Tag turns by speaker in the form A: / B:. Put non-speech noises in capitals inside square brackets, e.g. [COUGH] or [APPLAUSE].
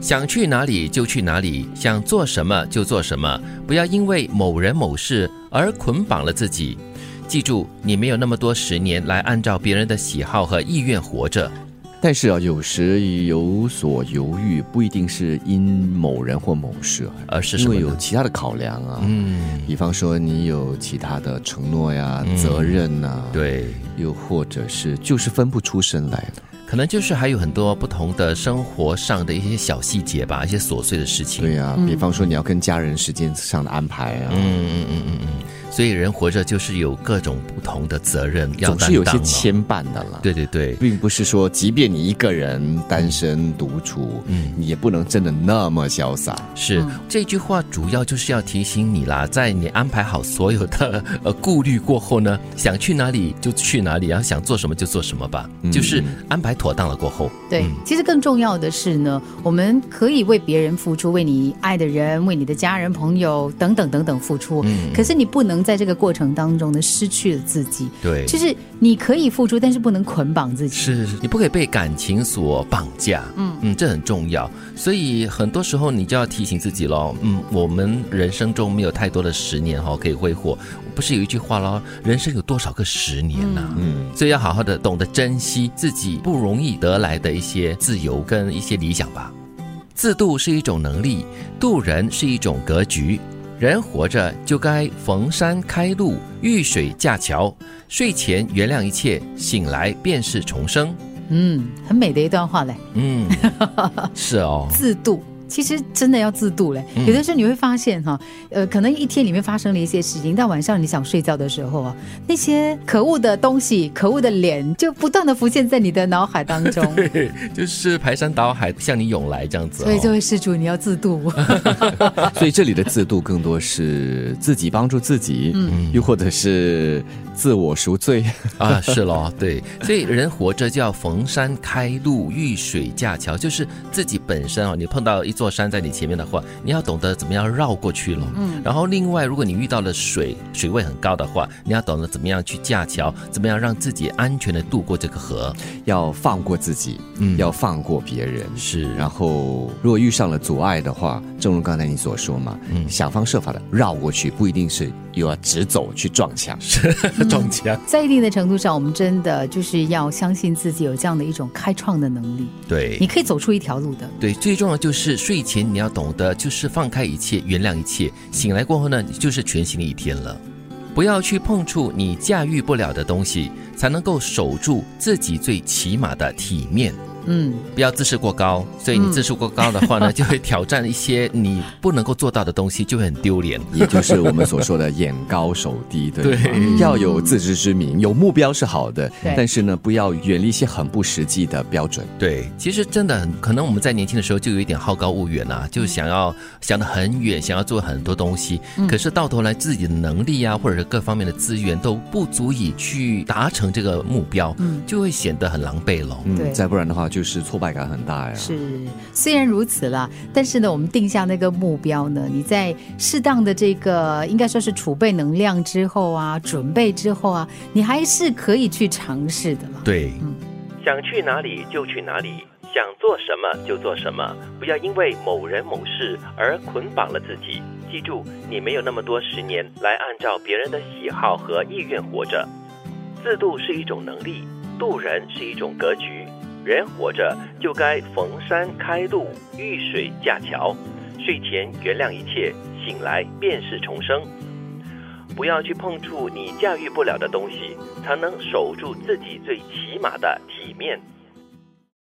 A: 想去哪里就去哪里，想做什么就做什么，不要因为某人某事而捆绑了自己。记住，你没有那么多十年来按照别人的喜好和意愿活着。
B: 但是啊，有时有所犹豫，不一定是因某人或某事啊，
A: 而是
B: 因
A: 什么
B: 为
A: 呢
B: 有？其他的考量啊。
A: 嗯，
B: 比方说，你有其他的承诺呀、
A: 嗯
B: 责任呐、，
A: 对，
B: 又或者是就是分不出身来了。
A: 可能就是还有很多不同的生活上的一些小细节吧，一些琐碎的事情。
B: 对呀、比方说你要跟家人时间上的安排啊，
A: 嗯嗯嗯嗯嗯，所以人活着就是有各种不同的责任要担
B: 总
A: 当、
B: 是
A: 哦，
B: 有些牵绊的啦。
A: 啊对对对，
B: 并不是说，即便你一个人单身独处，
A: 嗯
B: 你也不能真的那么潇洒。
A: 是、这句话主要就是要提醒你啦，在你安排好所有的呃顾虑过后呢，想去哪里就去哪里，然后想做什么就做什么吧，
B: 嗯
A: 就是安排妥当了过后，
C: 对，其实更重要的是呢，我们可以为别人付出，为你爱的人、为你的家人、朋友等等等等付出。
A: 嗯
C: 可是你不能在这个过程当中呢失去了自己，
A: 对，
C: 就是你可以付出，但是不能捆绑自己。
A: 是你不可以被感情所绑架，嗯嗯，这很重要。所以很多时候你就要提醒自己喽，嗯，我们人生中没有太多的十年哈、可以挥霍，不是有一句话喽，人生有多少个十年呐、
B: 嗯，
A: 所以要好好的懂得珍惜自己不容易得来的一些自由跟一些理想吧。自渡是一种能力，渡人是一种格局。人活着就该逢山开路，遇水架桥，睡前原谅一切，醒来便是重生。
C: 嗯，很美的一段话嘞，
A: 嗯，是哦，
C: 自度。其实真的要自度嘞，
A: 嗯
C: 有的时候你会发现哈、呃，可能一天里面发生了一些事情，到晚上你想睡觉的时候啊，那些可恶的东西、可恶的脸就不断的浮现在你的脑海当中，
A: [LAUGHS] 就是排山倒海向你涌来这样子、哦。
C: 所以这位施主你要自度。
B: [LAUGHS] 所以这里的自度更多是自己帮助自己，嗯，又或者是自我赎罪。
A: [LAUGHS] 啊，是咯，对，所以人活着就要逢山开路，遇水架桥，就是自己本身哦。你碰到一座山在你前面的话，你要懂得怎么样绕过去咯。嗯，然后另外，如果你遇到了水，水位很高的话，你要懂得怎么样去架桥，怎么样让自己安全的渡过这个 [LAUGHS] 河。
B: 要放过自己，
A: 嗯
B: 要放过别人。
A: 是
B: 然后，如果遇上了阻碍的话，正如刚才你所说嘛，
A: 嗯
B: 想方设法的绕过去，不一定是又要直走去撞墙。
A: 撞墙，
C: 在一定的程度上，我们真的就是要相信自己有这样的一种开创的能力，
A: 对
C: 你。可以走出一条路的。
A: 对，最重要就是睡前你要懂得，就是放开一切，原谅一切。醒来过后呢，你就是全新的一天了。不要去碰触你驾驭不了的东西，才能够守住自己最起码的体面。
C: 嗯，
A: 不要自视过高，所以你
C: 嗯
A: 自视过高的话呢，就会挑战一些你不能够做到的东西，就会很丢脸。
B: 也就是我们所说的眼高手低，对吗
A: 对
B: 要有自知之明，有目标是好的，
C: 对
B: 但是呢，不要远离一些很不实际的标准。
A: 对，其实真的很可能我们在年轻的时候就有一点好高骛远啊，就想要想得很远，想要做很多东西，可是到头来自己的能力啊，或者是各方面的资源都不足以去达成这个目标，
C: 嗯
A: 就会显得很狼狈喽。
B: 嗯
C: 对
B: 再不然的话就是挫败感很大呀。
C: 是。虽然如此啦，但是呢，我们定下那个目标呢，你在适当的这个应该说是储备能量之后啊，准备之后啊，你还是可以去尝试的啦。
A: 对，
D: 想去哪里就去哪里，想做什么就做什么，不要因为某人某事而捆绑了自己。记住，你没有那么多十年来按照别人的喜好和意愿活着。自渡是一种能力，渡人是一种格局。人活着就该逢山开路，遇水架桥。睡前原谅一切，醒来便是重生。不要去碰触你驾驭不了的东西，才能守住自己最起码的体面。